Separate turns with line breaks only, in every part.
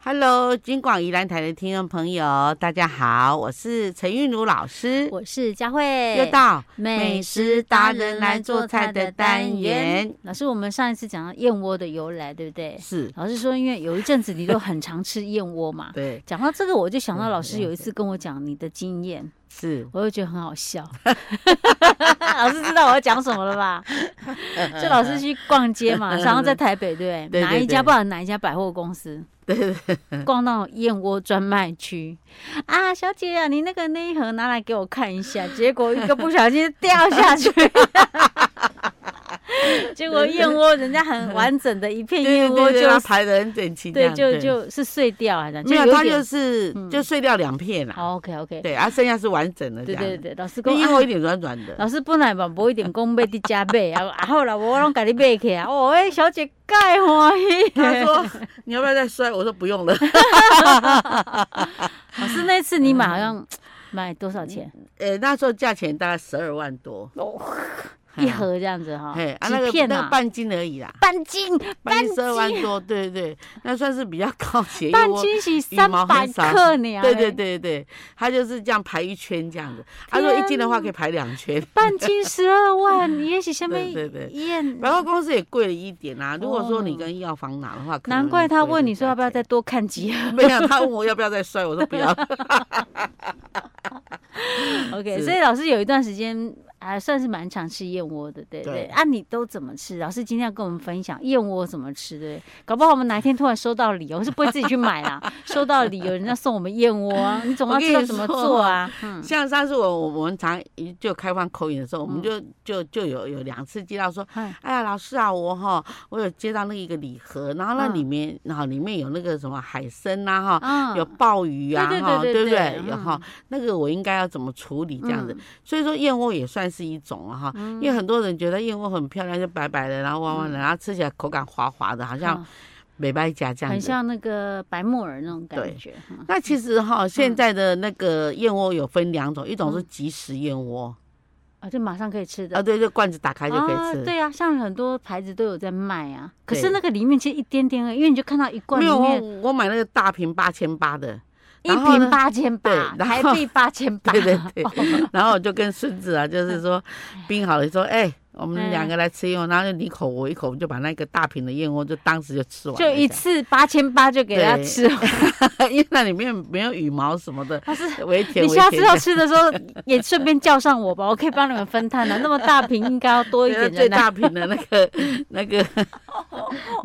Hello，金广宜兰台的听众朋友，大家好，我是陈韵如老师，
我是佳慧，
又到
美食达人来做菜的单元。。老师，我们上一次讲到燕窝的由来，对不对？
是，
老师说，因为有一阵子你都很常吃燕窝 嘛。
对，
讲到这个，我就想到
嗯
老师有一次跟我讲你的经验，
是，
我就觉得很好笑。 老师知道我要讲什么了 吧？就老师去逛街 嘛，然后在台北，对不
对对
对？哪一家
对
不知道哪一家百货公司，
对
逛到燕窝专卖区啊，小姐啊，你那个那一盒拿来给我看一下，结果一个不小心掉下 去。结果燕窝，人家很完整的一片
对
燕窝
对
就
对，要排的很整齐这
对，
样，
就就是碎掉啊，就
没有，它就
点。
是
嗯
就碎掉两片啦，
好，OK OK，
对，啊，剩下是完整的这
对
样，
对对，老师
跟
讲，
英
啊
国一点软软的，
老师本来嘛无一定讲要伫家买啊， 啊好啦，我拢甲你买起来。哦，诶，小姐介欢喜。
他说你要不要再摔？我说不用了，
老师那次你买好像
嗯
买多少钱？
呃，那时候价钱大概十二万多，
哦一盒这样子哈，
啊嘿，啊，那
几
个
片
那
啊
个？半斤而已啦，
半斤，
半斤十二万多，对对，那算是比较 高级。
半
因为
斤是
羽
三
哎毛
百
很少
克呢。哎
我对对，对对，它就是这样排一圈这样子。他
啊
说一斤的话可以排两圈，
半斤十二万，也许下面
对对对
验。
百货公司也贵了一点啦、如果说你跟药房拿的话，可能
哦难怪他问你说要不
贵了
要再多看几盒
一点。没有，他问我要不要再摔，我说不 要。
OK，
是
所以老师有一段时间还算是蛮常吃燕窝的，对不对
对
啊，你都怎么吃？老师今天要跟我们分享燕窝怎么吃，对不对？搞不好我们哪一天突然收到礼，我是不会自己去 买啦，收到礼有人家送我们燕窝啊，你总
我
要
跟
知道
你
怎么
说
做啊。嗯，
像上次我我们常一就开放口音的时候，我们就就就有有两次接到说，
嗨
哎呀，老师啊，我哈，我有接到那一个礼盒，然后那
嗯
里面，然后里面有那个什么海参呐，哈，
嗯
有鲍鱼啊，
对对
哈，
对
对
对
不
对嗯
对？有哈，那个我应该要怎么处理这样子？所以说燕窝也算是一种了啊哈，
嗯
因为很多人觉得燕窝很漂亮，就白白的，然后弯弯的，然后吃起来口感滑滑的，好像
嗯
美白夹这样
很
子。
像那个白木耳那种
对
感觉。嗯嗯
那其实哈，现在的那个燕窝有分两种，一种是即食燕窝，
啊，就马上可以吃的。
啊，对，就罐子打开就可以吃。
啊，对啊，像很多牌子都有在卖啊。可
对
是那个里面其实一点点而已，因为你就看到一罐
没
里
有，我
面
我买那个大瓶八千八的，
一
然后呢
瓶八千八，
对然
台
后
币八千 八。
对对对
哦，
然后我就跟孙子啊，就是 说冰好了，说哎、我们两个来吃燕窝，然后就你一口我一口，我们就把那个大瓶的燕窝就当时就吃完了，
就一次八千八就给他
对
吃完。
这样，因为 那里面没有羽毛什么的，
他是
微甜
你
微
下次
甜
要
的。
吃的时候也顺便叫上我吧，我可以帮你们分摊的、那么大瓶应该要多一
对
点
最
的呢。
大瓶的那个 那个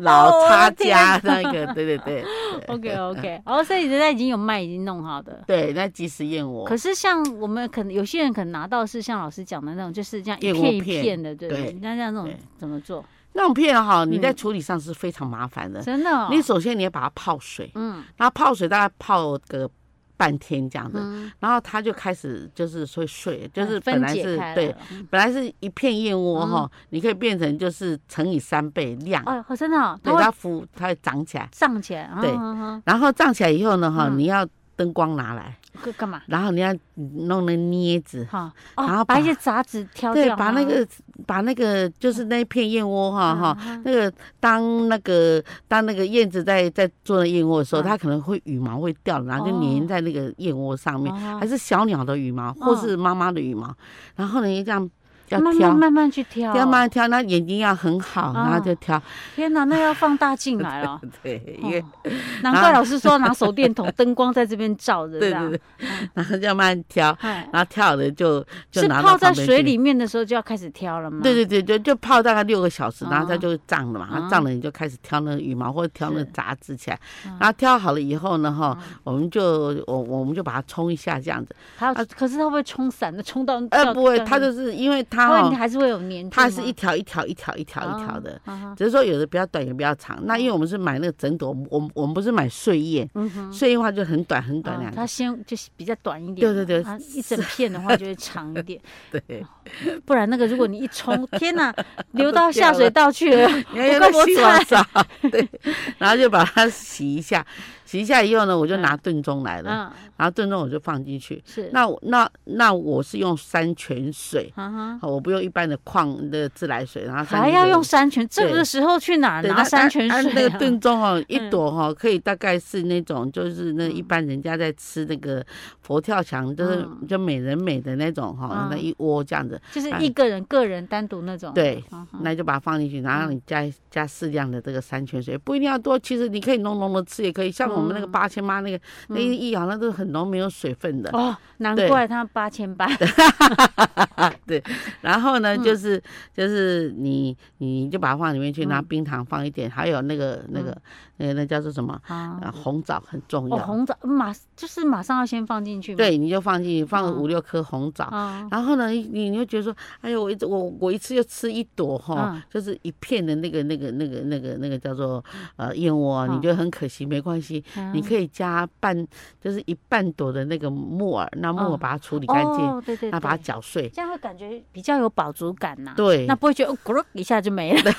老差家
哦
那个，对对对
OK OK，哦，所以人家已经有卖，已经弄好的。
对，那即食燕窝
可，是像我们可能有些人可能拿到是像老师讲的那种，就是这样一
燕窝
片一
片
片的，对不对
对？
那像那种
对
怎么做？
那种片哈，你在
嗯
处理上是非常麻烦的。
真的哦，
你首先你要把它泡水，
嗯
然后泡水大概泡个半天这样子，
嗯，
然后它就开始就是会碎，就是
嗯
本
分
来
解
是
开
对
来，了嗯
本来是一片燕窝哈，你可以变成就是乘以三倍量，
哦，好真的哦，它
对，
会
它浮它会长起来，
胀起来，
对
嗯，
然后胀起来以后呢哈，
嗯
你要灯光拿来，
干干嘛？
然后你要弄那镊子。
哈，
然
哦，
后
把
把
一些杂质挑
对，
掉吗，
把那个把那个就是那一片燕窝哈哈，
嗯
那个当那个当那个燕子在在做那燕窝的时候，
嗯
它可能会羽毛会掉，然后就粘
哦
在那个燕窝上面，
哦
还是小鸟的羽毛，或是妈妈的羽毛，然后呢这样要
嗯慢
挑
慢。嗯慢慢去挑哦，
要慢慢挑，那眼睛要很好，然后就挑。
天哪，那要放大镜来了。
对，因为
哦难怪老师说要拿手电筒，灯光在这边照 着，
对
这样
对对，
嗯
然后就要慢慢挑，
哎
然后挑好了就是 就拿
泡
到
在
旁边
水
去
里面的时候就要开始挑了吗？
对对对，就就泡大概六个小时，然后它
哦
就胀了嘛，它
哦
胀了你就开始挑那个羽毛或者挑那个
是嗯
杂质起来，然后挑好了以后呢，哈，我们就我我们就把它冲一下这样子，
还有，可是它会不会冲散的，冲到
啊呃不会，它就是是因为它
它会
哈，
还是会有粘住吗，
它是一条一条一条一条一条的。
啊哈哦
只是说有的比较短，有的比较长。那因为我们是买那个整朵，我们我们不是买碎叶，
嗯哼，
碎叶的话就很短很短
啊
两
它
个。
先就是比较短一点嘛，
对对对
啊一整片的话就会长一点，哦
对，
不然那个如果你一 冲，天哪，流到下水道去了，
你看用
我
哎那
够
洗
不
碗勺，对，然后就把它洗一下，洗一下以后呢，我就拿炖盅来了，
嗯，
然后炖盅我就放进去，
是，
那我那那我是用山泉水，
啊哈，
好，我不用一般的矿的自来水，然后山
还
泉
要
水
用山泉，这
对
个时候去哪儿
对
拿
它
山
它
泉
它
水
那
啊
个？炖盅 哦，一
嗯
朵哈、可以大概是那种，就是那一般人家在吃那个佛跳墙，就是、
嗯
就美人美的那种哈、那
嗯
一窝这样子，
就是
哎
一个人个人单独那种。
对，
嗯哼，
那就把它放进去，然后你加加适量的这个山泉水，不一定要多，其实你可以浓浓的吃也可以，像我们
嗯
那个八千妈那个、那一一好像都是很浓没有水分的，
哦，难
对
怪他八千八。
然后
嗯
呢，就是就是你你就把它放里面去，
嗯
拿冰糖放一点，还有那个那个那那叫做什么？
啊
啊，红枣很重
嗯哦，
要，
红枣马就是马上要先放进去嘛。
对，你就放进去，放
嗯
五六颗红枣。
啊，
然后呢，你你你会觉得说，哎呦，我一直我我一次就吃一朵哈
嗯，
就是一片的那个那个那个那个那个叫做呃燕窝啊，你
嗯
觉得很可惜，没关系，你
以
可以加半就是一半朵的那个木耳，那木耳
嗯
把它处理干净，
哦，对对，
那把它
对
搅 碎，
这样会感觉比较有饱足感呐。
对
那，不会觉得哦咕噜一下就没了。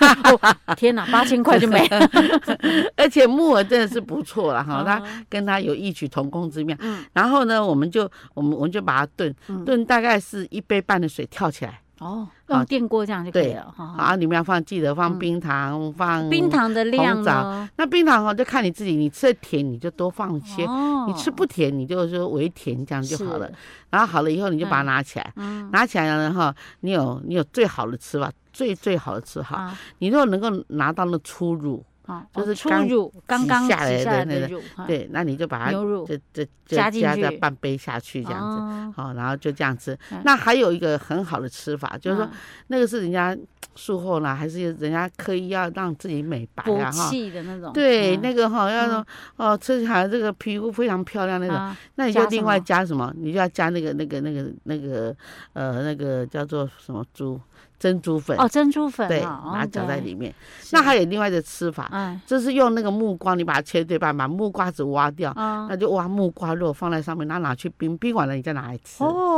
哦，天哪，八千块就没了。
而且木耳真的是不错了哈，它
啊
跟它有异曲同工之妙。
嗯
然后呢，我们就我们我们就把它炖
嗯
炖，大概是一杯半的水跳起来，
哦，
好
用电锅这样就可以了。哈哈
然啊后里面要放记得放
啊嗯
冰糖，放
冰。糖的量
红
呢
枣？那冰糖哦，就看你自己，你吃的甜你就多放些，
哦
你吃不甜你就说微甜这样就好了
是。
然后好了以后你就把它
嗯
拿起来，
嗯，
拿起来了哈，你有你有最好的吃法，最最好的吃法。
好，
你如果能够拿到那初乳，
好，
就是
哦初
刚
乳刚刚挤
下
下
来的
来
那
的
个
乳，哈，
对，那你就把它
牛嗯乳哦
这这这
加进
加在
去
半杯下去这样子。
子。
好、然后就这样吃。
嗯
那还有一个很好的吃法，就是说
嗯
那个是人家术后啦，还是人家刻意要让自己美白
补
啊哈。
气的那种，
对，
嗯
那个哈、要
嗯
说哦，吃起来这个皮肤非常漂亮那种，
啊
那你就
加
另
什
外
么
加什么？你就要加那个那个那个那个呃那个叫做什么珠珍珠粉，
哦，珍珠粉
对，
啊哦
把它搅在
对
里面。
是
那还有另外的吃法，
哎
就是用那个木瓜，你把它切对半，把木瓜子挖掉，
啊
那就挖木瓜肉放在上面，然后拿去冰，冰完了你再拿来吃。
哦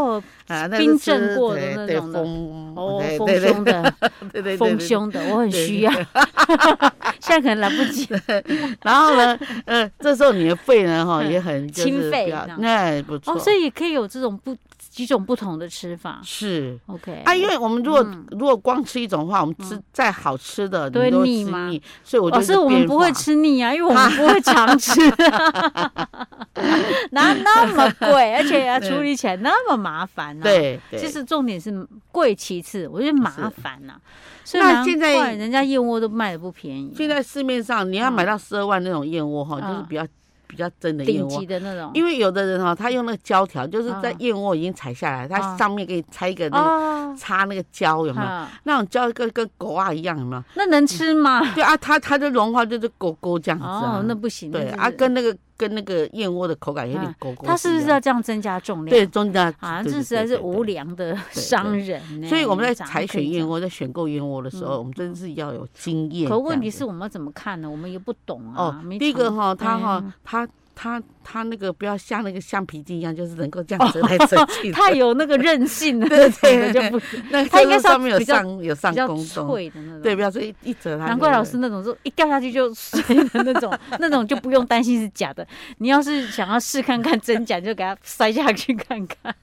啊，那
冰
是吃
镇过的
对
那
对
种的
丰
哦
对，
丰
对对
胸的，
对对
丰。
对对
胸的，我很需 要，现在可能来不及，
然后呢，呃，这时候你的肺呢，哈，
嗯
也很就是
清肺
比较
这样
那不错
哦，，所以也可以有这种不几种不同的吃法
是。
，OK，
啊，因为我们如果
嗯
如果光吃一种的话，我们吃再好吃的，
都会
你都会
腻
吃
吗
腻，所以我
老
就
师，哦我们不会吃腻啊，因为我 们不会常吃，哪那么贵，而且要处理起来那么麻烦呢、，啊
对，对，
其实重点是贵其次，我觉得麻烦啊呐、所以
那
难
现在
怪人家燕窝都卖的不便宜，啊
现在市面上你要买到十二万那种燕窝哈，就是
嗯
比较比较真的燕
顶
窝
级，的那种，
因为有的人哈，他用那个胶条，就是在
嗯
燕窝已经采下来，它
嗯
上面给你拆一个那个
啊，
插那个胶，有没有？
啊
那种胶跟跟狗啊一样，有没有？
那能吃吗？
对啊，它它就融化就是勾勾这样子啊
哦，。那不行，
对
那就是
啊，跟那个跟那个燕窝的口感有点
嗯
勾勾一样。
他是不是要这样增加重量？
对中间
啊，
对
这
对
实在
对
是
对
无良的商人呢、
所以我们在
长得
采
可
选
以这样
燕窝，在选购燕窝的时候，
嗯
我们真的是要有经验。
可问题
这样子
是我们要怎么看呢？我们也不懂啊。
哦
没，
第一个
尝
哈，它
哎
哈
呀，它
它它那个不要像那个橡皮筋一样，就是能够这
哦
样折来折去的。
太有那个韧性 了，
对
整
对
个就不
那
它应该
就是
要
上面有
比较
上有上
比较
公钟，
脆的那种。
对，不要说一一折它就。
难怪老师那种就一掉下去就碎的那种，那种就不用担心是假的。你要是想要试看看真假，你就给它摔下去看看，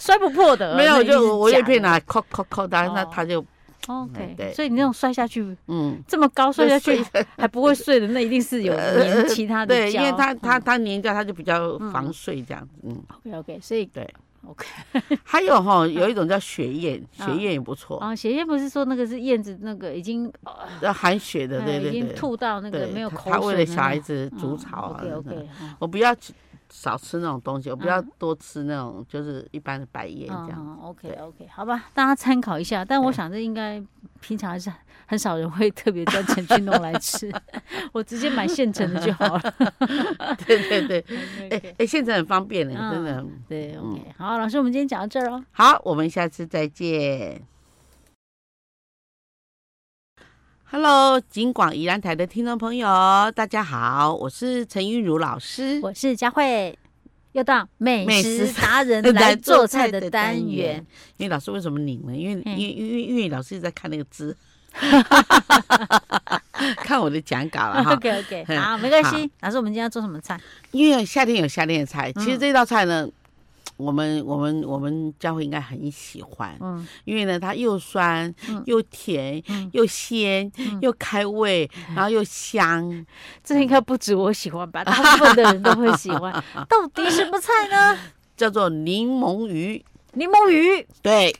摔不破的。
没有，
那一定是
就我叶
假的
片。拿来扣扣扣它，那
哦
它就
OK，
嗯对
所以你那种摔下去
嗯，
这么高摔下去
就碎
还不会碎的，那一定是有粘其他的
呃
嗯
对，
胶。
因为它它它粘掉，它就比较防水这样子。嗯，
OK OK，所以
对
OK。
还有哈，有一种叫雪燕，
嗯
雪燕也不错，
啊，血液不是说那个是燕子那个已经呃
要含血的，对对
已经
对。
吐到那个
对
没有
他
口
他为
水那种。嗯
了小孩子煮草啊。
OK
那个
OK，
我不要吃少吃那种东西，我不要
嗯
多吃那种就是一般的白叶这样。
嗯，OK
对
OK，好吧，大家参考一下。但我
对
想这应该平常还是很少人会特别专程去弄来 吃，我直接买现成的就好了。
对对 对， 哎
OK，
哎，现在很方便呢，
嗯
真的。
对 OK，好，老师，我们今天讲到这儿哦。
好，我们下次再见。Hello，金广宜兰台的听众朋友，大家好，我是陈韵如老师。
我是佳慧，又到美
嗯美
食
食
达 人来做菜的单元。，
因为老师为什么拧呢？因为因
嗯
为因为因为老师一直在看那个 字，看我的讲稿了 哈。
OK OK，
嗯
好，没关
好
系。老师，我们今天要做什么菜？
因为夏天有夏天的菜，其实
嗯
这道菜呢，我们我们我们家慧应该很喜欢，
嗯，
因为呢，它又酸
嗯
又甜
嗯
又鲜又开胃，然后又香。
这应该不止我喜欢 吧，大部分的人都会喜欢。到底什么菜 呢？
叫做柠檬鱼。
柠檬鱼，
对，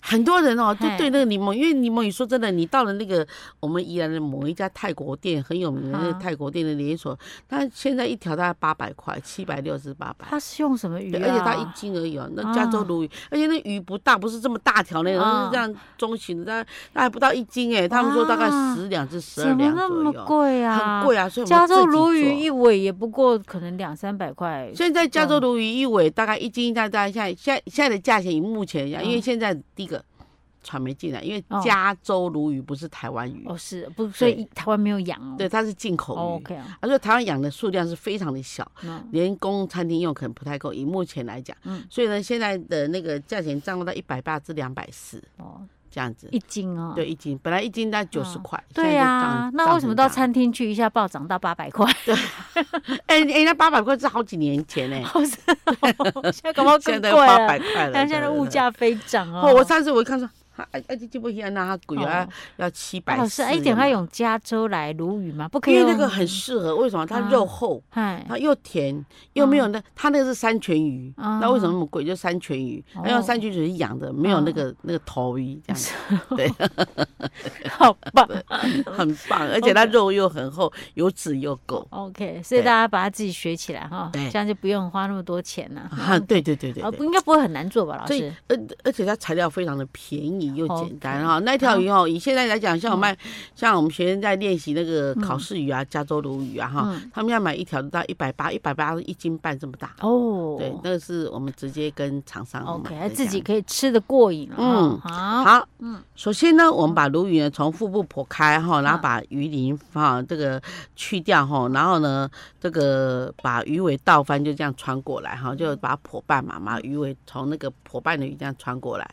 很多人哦，都
嘿
对那个柠檬，因为柠檬鱼说真的，你到了那个我们宜兰的某一家泰国店很有名的那
啊
个泰国店的连锁，它现在一条大概八百块，七百六至八百。
它是用什么鱼
对，
啊？
而且它一斤而已哦，那加州鲈鱼，而且那鱼不大，不是这么大条那种，
啊
就是这样中型的，大概大概不到一斤哎，他们说大概
哇
十两至十二
啊怎么
两
那
左
么
右，
贵啊？
很贵啊，所以我们
加州
自己
鲈鱼
做
一尾也不过可能两三百块，
现在加州鲈鱼一尾大概一斤，大概现在现在现在的价钱以目前一样，
嗯
因为现在第一个传媒进来，因为
哦
加州鲈鱼不是台湾鱼，
哦是不？所以台湾没有养哦。
对，它是进口
哦
鱼，
，OK 啊，
他说台湾养的数量是非常的小，
那
连供餐厅用可能不太够，以目前来讲，
嗯
所以呢，现在的那个价钱涨到一百八至两百四
哦
这样子。
一斤啊，
对，一斤本来一斤大概九十
嗯
块，
对呀、
呀，
那为什么到
餐？
餐厅去一下暴涨到八百块？
哎哎，那八百块是好几年前呢，
好 是哦现在 搞不好
现
更
在
贵
八
了
百，块了。
但现
对
在物。
对对
价飞涨哦。
哦，我上次我一看说，啊啊啊，这这不一样，那它贵啊
哦，
要七百。
老师，哎，点开，用加州来鲈鱼嘛，不可以
因为那
用
个很，适合，为什么？它
哦啊
肉厚，
哎，哦
它又甜，又没有那它那个是山泉鱼，
啊
那为什么那么贵？就山泉鱼，
哦
它用山泉水养的，没有那个那个头鱼这样 子，
好棒。
很棒，而且它肉又很厚，油脂又够。
OK，所以
对
大家把它自己学起来哈，
对
这样就不用花那么多钱了。
啊，对对对对
啊，
对。
不应该不会很难做吧，老
所以
师？，
而而且它材料非常的便宜又简
OK 嗯
单哈、那条鱼哦，以现在来讲，像我卖，像我们学生在练习那个考试鱼啊、加州鲈鱼啊哈、
嗯
他们要买一条到一百八，一百八一斤半这么大。
哦，
对，那个是我们直接跟厂商买的
OK，自
嗯这
己
样
可以吃的过瘾了。
嗯
啊，
好，
嗯
嗯，首先呢，我们把鲈鱼呢从腹部剖开哈，然后把鱼鳞哈这个去掉哈，然后呢这个把鱼尾倒翻，就这样穿过来哈，就把它剖半嘛，把鱼尾从那个剖半的鱼这样穿过来，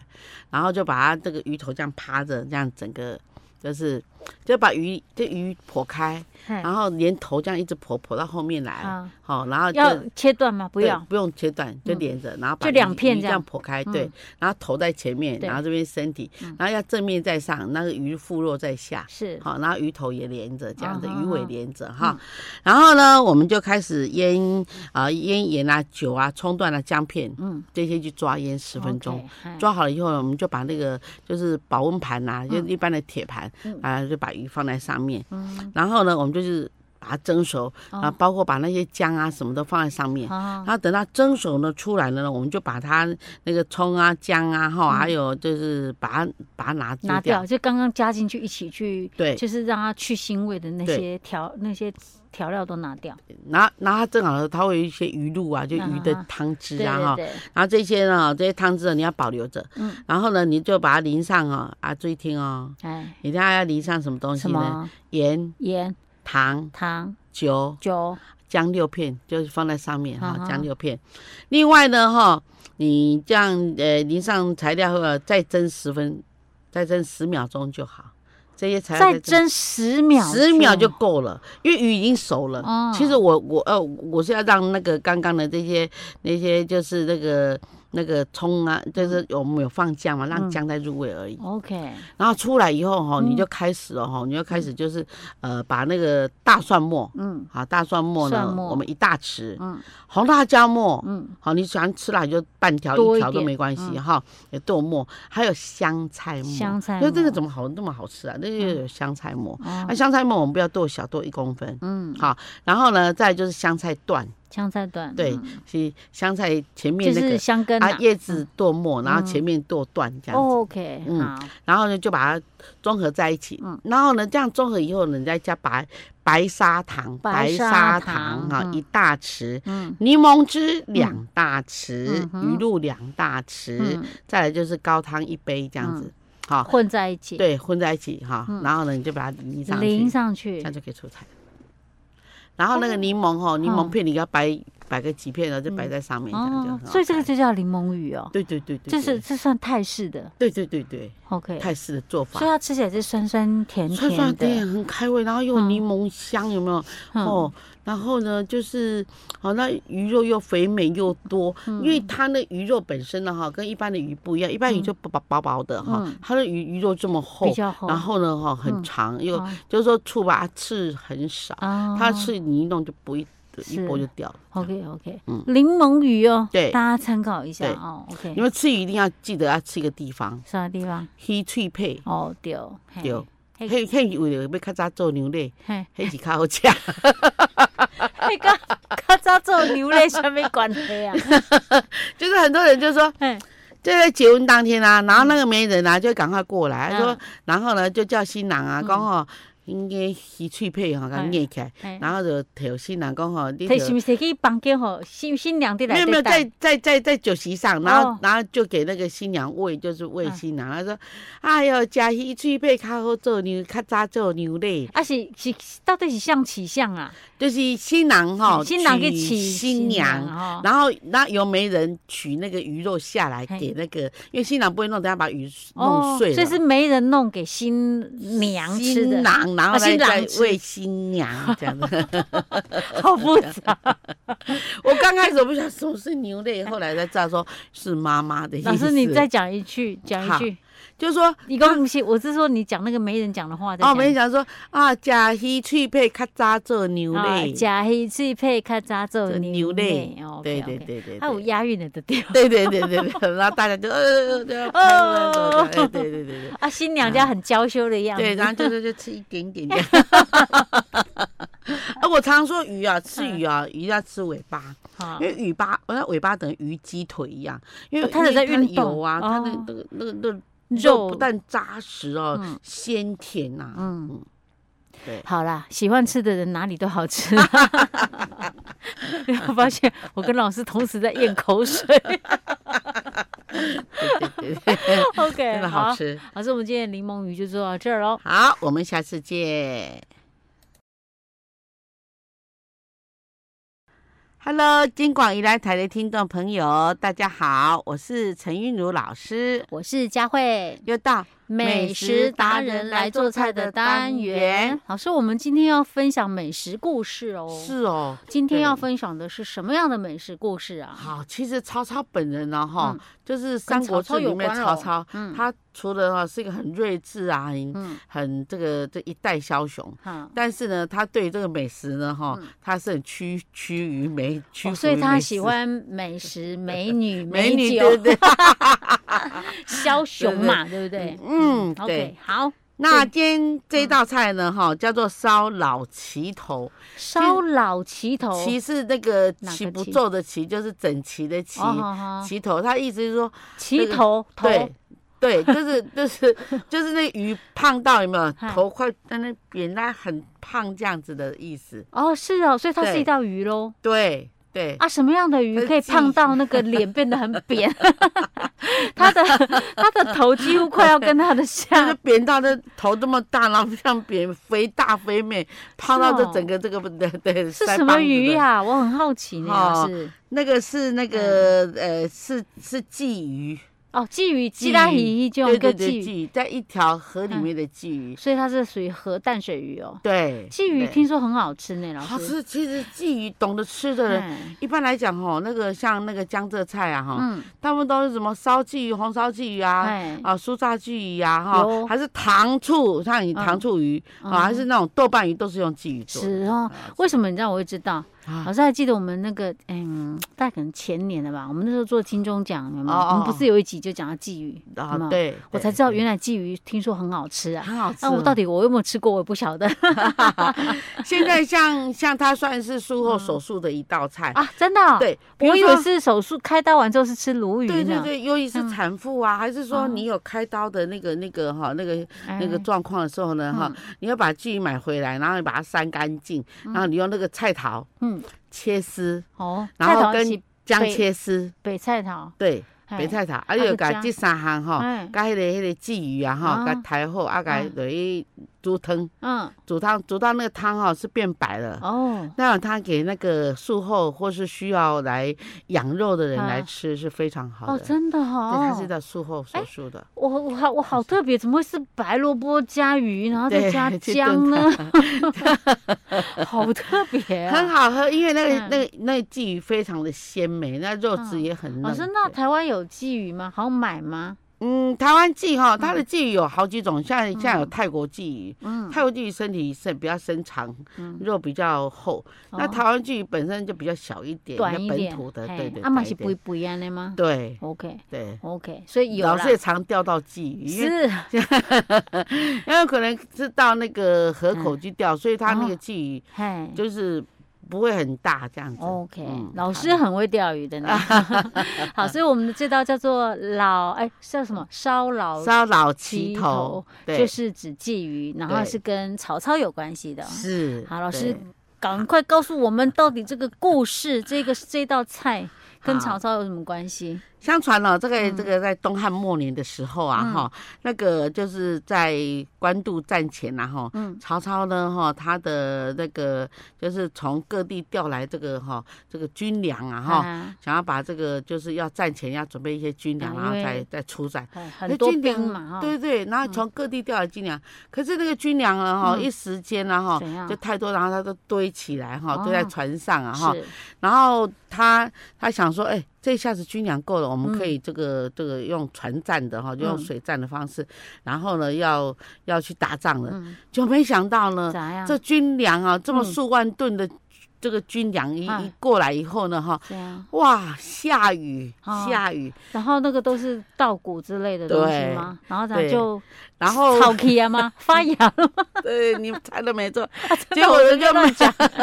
然后就把它这个鱼头这样趴着，这样整个就是就把鱼这鱼剖开，
嘿
然后连头这样一直剖剖到后面来，
啊，
哎好，然后就
要切断吗？不
对
要，嗯
不用切断，就连着，然后把
就两
鱼
片
鱼
这
这
样
样剖开，对
嗯，
然后头在前面，
对嗯
然后这边身体，然后要正面在上，那个鱼腹肉在下。
是
好，然后鱼头也连着，这样子
嗯哼
鱼尾
哼
连着哈。然后呢，我们就开始腌啊、腌盐啊、酒啊、葱段啊、姜片，
嗯
嗯，这些去抓腌十分钟。
OK，哎
抓好了以后呢，我们就把那个就是保温盘呐、就一般的铁盘
嗯
啊，就把鱼放在上面。
嗯
然后呢，我们就是把它蒸熟啊，
哦
包括把那些姜啊什么都放在上面。
啊
然后等到蒸熟呢出来了呢，我们就把它那个葱啊、姜啊，哈，还有就是把它把它拿
嗯拿
掉
掉，。就刚刚加进去一起去，
对
就是让它去腥味的那
对
些调那些调料都拿掉，
然后然后它蒸好了，它会有一些鱼露啊，就鱼的
啊
汤汁
对
啊，哈
对。对，
然后这些呢，这些汤汁呢你要保留着。
嗯
然后呢，你就把它淋上哦，啊，注意听哦，
哎，
你看它要淋上什么东西
什
呢？
么
盐、
盐、
糖、
糖、
酒、
酒，
姜六片，就是放在上面哈
嗯，哼
姜六片。另外呢，哈，你这样呃淋上材料后，再蒸十分，再蒸十秒钟就好。这些材料
再蒸十秒，
十秒就够了，因为鱼已经熟了。
哦
其实我我呃我是要让那个刚刚的这些那些就是那个那个葱啊，就是我们有放姜嘛，让
嗯
姜再入味而已。
OK，
然后出来以后哈，
嗯
你就开始了哈，你就开始就是呃把那个大蒜末，
嗯
好，大蒜末呢
蒜，末
我们一大匙，
嗯
红辣椒末，
嗯，
好，你喜欢吃辣你就半条
多一
一条都
点嗯
没关系哈，有豆末，还有香菜末，
香菜
那这
末
个怎么好那么好吃啊？那个有香菜末，
哦
那，香菜末我们不要剁小，剁一公分。
嗯，
好，然后呢，再就是香菜段，
香菜段，
对
嗯，
是香菜前
就
面那
是
个
香根
啊
啊
叶子剁末，然后
嗯哦
前面剁段这样子，
，OK，
嗯
好，
然后呢就把它综合在一起
嗯，
然后呢这样综合以后呢，你再加白白砂糖，
白砂糖
哈
嗯
一大匙，
嗯
柠檬汁两大匙
嗯，哼
鱼露两大匙，
嗯，
再来就是高汤一杯这样子，好，
混在一起，，
对，混在一起哈
嗯。
然后呢，你就把它淋上去
淋，上去
这样，就可以出菜。然后那个柠檬哦，柠
嗯
檬片你要掰摆个几片，然后就摆在上面，这样就
哦
很，好
所以这个
看
就叫柠檬鱼哦，
对对对对，
这是
对
这算泰式的
对对对对
，OK，
泰式的做法
所以，它吃起来是酸酸甜
酸酸
甜
甜
的，
很开胃，然后又有
嗯
柠檬香，有没有？
嗯
哦，然后呢，就是好、那鱼肉又肥美又多，
嗯
因为它那鱼肉本身呢哈，跟一般的鱼不一样，一般鱼就薄薄薄薄的哈，
嗯
它的鱼鱼肉这么厚
比，较厚，
然后呢哈
嗯
很长，又
哦
就是说醋吧它刺很少，
啊
它刺你一弄就不一一
是
拨就掉了。
OK OK，
嗯
柠檬鱼哦，
对
大家参考一下
对
哦，OK，
你们吃鱼一定要记得要吃一个地方，
什么地方？
黑脆配。
哦，丢
对，
嘿
迄迄为了要较早做牛奶，
嘿，
迄是较好 吃。
那个较早做牛奶啥物关 系啊？
就是很多人就说，
嘿，
就在结婚当天啊，然后那个媒人啊就赶快过来，他说
嗯，
然后呢就叫新郎啊，讲吼，应该鱼脆配吼，甲
哎
捏起来，
嘿
然后就摕新郎讲吼，你
提是
就
不是去房间吼，新新娘的来
没有没有
带
在在在在酒席上，然后
哦
然后就给那个新娘喂，就是喂
嗯
新郎，他说，哎呦，食鱼脆配较好做牛，较早做牛奶，
啊是是到底是像起像啊？
就是新郎吼，
新郎去
娶
起
新娘。
哦，
然后那由媒人取那个鱼肉下来
嘿
给那个，因为新郎不会弄，等下把鱼
哦
弄碎了。
所以是媒人弄给新娘吃
新
的，
郎，然后
啊新
再
郎
再
吃
喂新娘这样 子。
好复 杂。
我刚开始我不晓得什么是牛肋，后来才知道说是妈妈的意思。
老师，你再讲一句，讲一句，
就是说
你刚不是，我是说你讲那个媒人讲的话。再
哦，我们
讲
想说啊，假鱼脆配较早做牛
啊，
肋，
假黑脆配较早做
做
牛
牛
奶
肋，
哦，
对对，对对，
还有
对
押韵的就对 了。
对对对对对，然后大家就呃呃呃呃
哦
呃，对对对对对。
啊，新娘家很娇羞的样子。
对，然后就是就吃一点 点点。啊，我常说鱼啊，吃鱼
嗯
啊，鱼要吃尾巴，
好
因为尾巴，我那尾巴等于鱼鸡腿一样，因为
哦它有
因为
在运
它的
动
油啊，它的
哦
那个那个那个肉
肉
不但扎实哦
嗯，
鲜甜呐。
嗯
对。
好啦，喜欢吃的人哪里都好吃。 我发现我跟老师同时在咽口水。
对对对对，
OK，
真的好。吃。
老师，我们今天的柠檬鱼就做到这儿喽。
好，我们下次见。Hello，金广宜兰台的听众朋友，大家好，我是陈韵如老师，
我是佳慧，
又到
美食达人来做菜的单元。老师，我们今天要分享美食故事哦。，
是哦，
今天要
对
分享的是什么样的美食故事啊？
好。其实曹操本人呢，哈、
嗯
就是《三国志》里面曹
跟曹操有关哦
操，
嗯
他除了哈是一个很睿智啊，很、
嗯，
很这个这一代枭雄。
好。
但是呢，他对这个美食呢，哈、他是很趋趋于美，趋、
嗯哦，所以他喜。欢美食、 美女、
美女
酒、
对不 对？
枭雄嘛，对不对？
嗯，对
OK，。好，嗯
那今天这道菜呢，哈，叫做烧老齐头，
烧老旗头，
齐是那个
哪个
齐不
齐
皱的齐，就是整齐的齐
哦，，好好
齐头。他意思是说，
旗头头，
对 对，就是就是就是那鱼胖到有没有
嗨
头快在那扁到很胖这样子的意思？
哦，是哦，所以它是
对
一道鱼喽。
对对，
啊，什么样的鱼
它
可以
是
胖到那个脸变得很扁？它的 它的头几乎快要跟它的
就是
下，
扁到那头这么大，然后像扁肥大肥美，胖到这整个这个对对
哦是
腮帮
什么
子
鱼
的
呀、我很好奇呢，
哦
老师。
那个是那个
嗯
呃，是是鲫鱼，
哦，鲫鱼，鸡拉鱼就
对
用
对
个
对，
鲫
鲫
鱼，嗯
鱼在一条河里面的鲫鱼，
所以它是属于河淡水鱼哦。
对，哦
鲫鱼
对
听说很好吃呢，老师。
好吃。其实鲫鱼懂得吃的人，
嗯
一般来讲吼，那个像那个江浙菜啊哈，
嗯，
大部分都是什么烧鲫鱼、红烧鲫鱼啊。
哎，
啊，酥炸鲫鱼呀，哈，
有
还是糖醋，像你
嗯
糖醋鱼啊，还是那种豆瓣鱼，都是用鲫鱼做的。
是哦。为什么你知道我会知道？
啊
老师还记得我们那个，嗯，大概可能前年了吧，我们那时候做金钟奖，有没有？
哦哦
我们不是有一集就讲到鲫鱼，有没
啊，
有，
对，
我才
对
知道原来鲫鱼听说很好吃啊。
很好吃
那
哦。
我到底我有没有吃过，我也不 晓得
现在像 像它算是术后手术的一道菜，
嗯啊，真的哦。
对，比如
我以
说
为是手术开刀完之后是吃鲈鱼呢。
对对对，尤其是
嗯
产妇啊，还是说
哦
你有开刀的那个、那个哈、那个
哎，嗯
那个状况的时候呢，哈、你要把鲫鱼买回来，然后你把它删干净，然后你用那个菜桃
嗯，
切丝，
哦，
然后
菜头
跟
是
姜
北
切丝，
北菜头，
对，
嘿
白菜桃，啊，你
哎啊
就
就
把
加
这三项哈
哎，
加迄个迄个鲫鱼啊哈，
啊
甲抬好，啊，甲
哎
落去猪汤，
嗯，
煮汤煮到那个汤哈、是变白了。
哦，
那种汤给那个术后或是需要来养肉的人
啊
来吃是非常好的。
哦，真的
对，
哦，
它是在术后手术的。
我我好我好特别，怎么会是白萝卜加鱼，然后再
对
加
去
姜
炖
呢？ 好特别
很
啊！
好喝，因为那个、
嗯
那个那个鲫鱼非常的鲜美，那肉质也很嫩。
老师，那
对
台湾有鲫鱼吗？好买吗？
嗯，台湾鲫哈，它的鲫鱼有好几种，像像有
嗯
泰国鲫鱼，
嗯，
泰国鲫鱼身体身比较深长，
嗯
肉比较厚。那
哦
台湾鲫鱼本身就比较小一点，
短
比
一
较
点
本土的，
嘿
对对。
啊嘛
短
是
一
不
点
不一样的吗
对
？OK
对，
OK，所以有
老
啦
师也常钓到鲫鱼，因为
是
因为可能是到那个河口去钓，所以它那
哦
个鲫鱼
嘿。
就是不会很大这样子。
OK，、
嗯
老师很会钓鱼的呢。 好，所以我们的这道叫做老哎叫什么烧老
烧老
七
七
头
头，对，
就是指鲫鱼，然后
对
是跟曹操有关系的。
是。
好，老师
对
赶快告诉我们到底这个故事，这个这道菜跟
好
曹操有什么关系？
相传呢、这个
嗯
这个在东汉末年的时候啊，
嗯
哈、那个就是在官渡战前呐、啊，哈。
嗯，
曹操呢，哈，他的那个就是从各地调来这个哈，这个军粮啊，哈，
啊
想要把这个就是要战前要准备一些军粮，
啊
然后
因为
再再出战。
哎
那
很多
军粮
兵嘛哈，
对对，然后从各地调来军粮，可是那个军粮啊，哈，
嗯
一时间啊，哈
怎，样
就太多，然后他都堆起来哈，
哦
堆在船上啊，哈，
是
然后他他想说，哎，这下子军粮够了，我们
嗯
可以这个、这个用船战的哈，就用
嗯
水战的方式，然后呢要要去打仗了，
嗯
就没想到呢，
咋样？
呃这军粮啊，这么
嗯
数万吨的这个军粮一、
哎
一过来以后呢，哈，
这样，
哇，下雨
哦
下雨，
然后那个都是稻谷之类的东西吗？然后咱
对哦
就
然后
草皮啊吗？发芽了，
对你猜的 没错，结
啊的
果
我
就
随便
就
乱
慢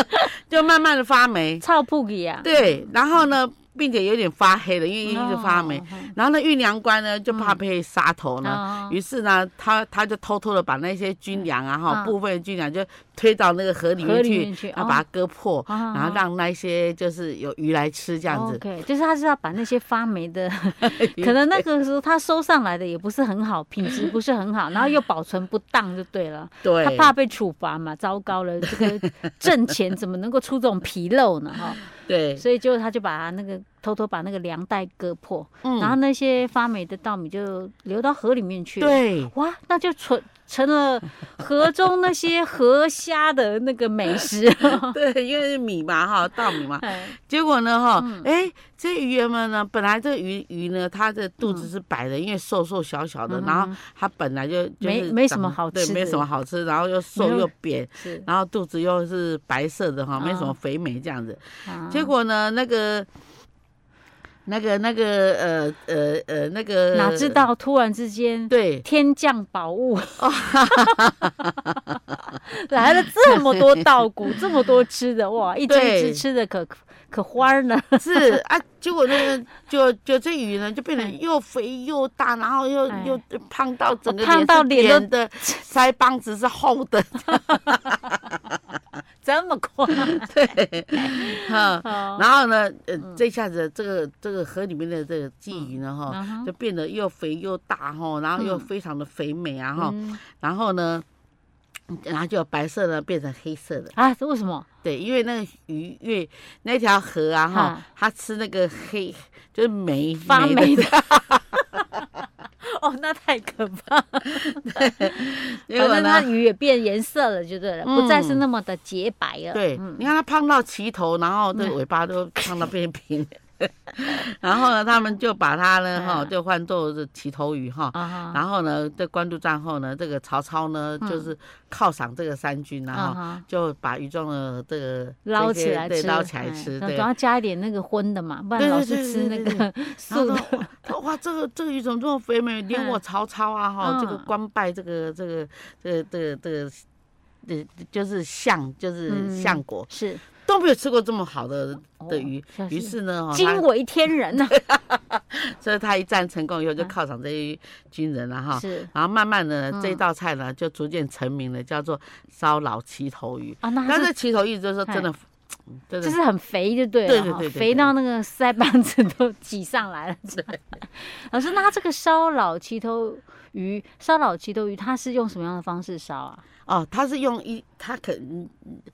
就慢慢的发霉，
草铺皮啊，
对，然后呢，并且有点发黑了，因为
嗯，
一直发霉。
哦，
然后呢，运粮官呢就怕
嗯哦
被杀头呢，
呢
于是呢，他他就偷偷的把那些军粮啊哈，
嗯
部分的军粮就推到那个河里
河
面
里面
去，
去，哦
要把它割破，
然
然后让那些就是有鱼来吃这样子。
OK，就是他是要把那些发霉的，哦可能那个时候他收上来的也不是很好，品质不是很好，然后又保存不当就对了。
对，
他怕被处罚嘛，糟糕了，这个挣钱怎么能够出这种纰漏呢？哈、
对，
所以就他就把那个偷偷把那个粮袋割破，然后
嗯，
那些发霉的稻米就流到河里面去了。哦
对，
哇，那就成成了河中那些河虾的那个美食。
对，因为是米嘛哈，稻米嘛，
哎
结果呢，哈、
嗯
哎、这鱼员们呢，本来这鱼鱼呢，它的肚子是白的，因为瘦瘦小小的，
嗯
然后它本来就、就是、
没没什么好吃
对，没
的
什么好吃，然后又
没
瘦
有
又扁，
是
然后肚子又是白色的哈，没什么
啊
肥美这样子。
啊
结果呢，那个。那个、那个、呃、呃、呃、那个，
哪知？道突然之间
对，
天降 宝物，来了这么多稻谷，这么多吃的，哇，一只一
对
只吃的可可花儿 呢。
是啊，结果那个就就这鱼呢，就变得
哎
又肥又大，然后又
哎
又胖到整个
胖到脸都
脸 的，腮帮子是厚的，
这么快，
对，哈。
哦
然后呢，呃，这下子这个这个河里面的这个鲫鱼呢，哈，
嗯哼
就变得又肥又大哈，然后又
嗯
非常的肥美啊哈，
嗯
然后呢，然后就由白色的变成黑色的，
啊，这为什么？
对，因为那个鱼因为那条河啊哈
哈，
它吃那个黑就是霉
嗯发
的
霉的。哦，那太可怕了！
结
反
果呢
正它鱼也变颜色了，就对了，
嗯
不再是那么的洁白了。
对，
嗯
你看它胖到齐头，然后这尾巴都胖到变平。 然后呢，他们就把它呢，哈，
嗯
就换作是齐头鱼哈。
啊哈
然后呢，在官渡战后呢，这个曹操呢，
嗯
就是犒赏这个三军然
啊
后
哈，
就把鱼中的这个
捞
这
起
些
来
对，
吃，
捞起来
哎
吃，
那
对。
总
然
要加一点那个荤的嘛，不
对对
然老
对
是吃
对
那
对
个
后
素
呢
的。
我他哇，这个这个鱼怎么这么肥美？连我曹操啊，哈，这个
嗯
官拜这个这个这个这个这个，这就是相，就是
嗯
相国，
是
都没有吃过这么好的
哦
的鱼
像。
于
是
是呢，哈
惊
他
为天人啊呐、
所以他一战成功以后，就
啊
犒赏这些军人了哈。
是
然后慢慢的，
嗯
这道菜呢就逐渐成名了，叫做烧老旗头鱼。
啊，那哎
但
它
是
是
旗头鱼就是说真的对
就
对
是很肥就对了，
对对
哈
对对
肥
对
到那个腮帮子都挤上来了。 老师，那它这个烧老七头鱼，烧老七头鱼，它是用什么样的方式烧啊？
哦，他是用一，他可嗯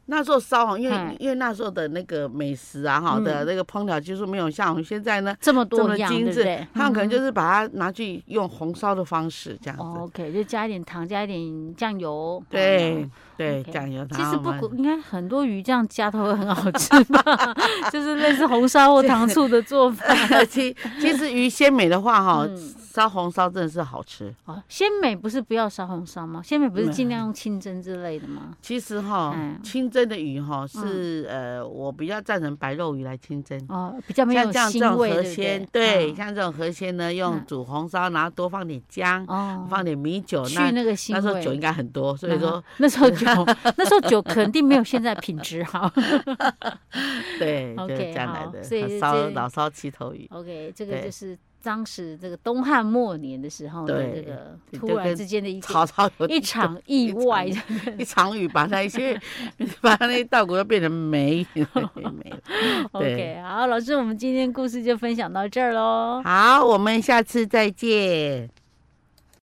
那时候烧哈，因
嗯
为因为那时候的那个美食啊哈
嗯
的那个烹调技术没有像我们现在呢
这么
这
多
么
样，
精
对不
致
对，？
他们可能
嗯
就是把它拿去用红烧的方式这样
哦
子，
OK，就加一点糖，加一点酱油。
对
嗯。
对，
OK
酱油啊
其
然
实
后
不
我们
过，应该很多鱼这样加都会很好吃吧？ 就是类似红烧或糖醋的 做法。
其其实鱼鲜美的话哈
嗯，
烧红烧真的是好吃。
哦，鲜美不是不要烧红烧吗？鲜美不是
嗯
尽量用清蒸之类的吗？
其实哈
嗯，
清蒸的鱼哈是呃，我比较赞成白肉鱼来清蒸。
哦，比较没有
像这样这
腥
种
味，
河
对不
鲜
对，？
对，
嗯
像这种河鲜呢，用
嗯
煮红烧，然后多放点姜，
哦，
放点米酒，
去
那
那个腥
那
味。
时候 酒应该很多，所以
然后
说
那时候酒， 那时候酒肯定没有现在品质好。
对，就是这
OK，
样来
好
的
所以。
烧
这哦
老烧七头鱼，
OK，这个
对
就是当时这个东汉末年的时候的这个
对
突
就
然
跟
之间的一
炒
个
炒有
一场意外，
一一场雨把那一些把那一稻谷都变成没 没了。
OK，好，老师，我们今天故事就分享到这儿喽。
好，我们下次再见。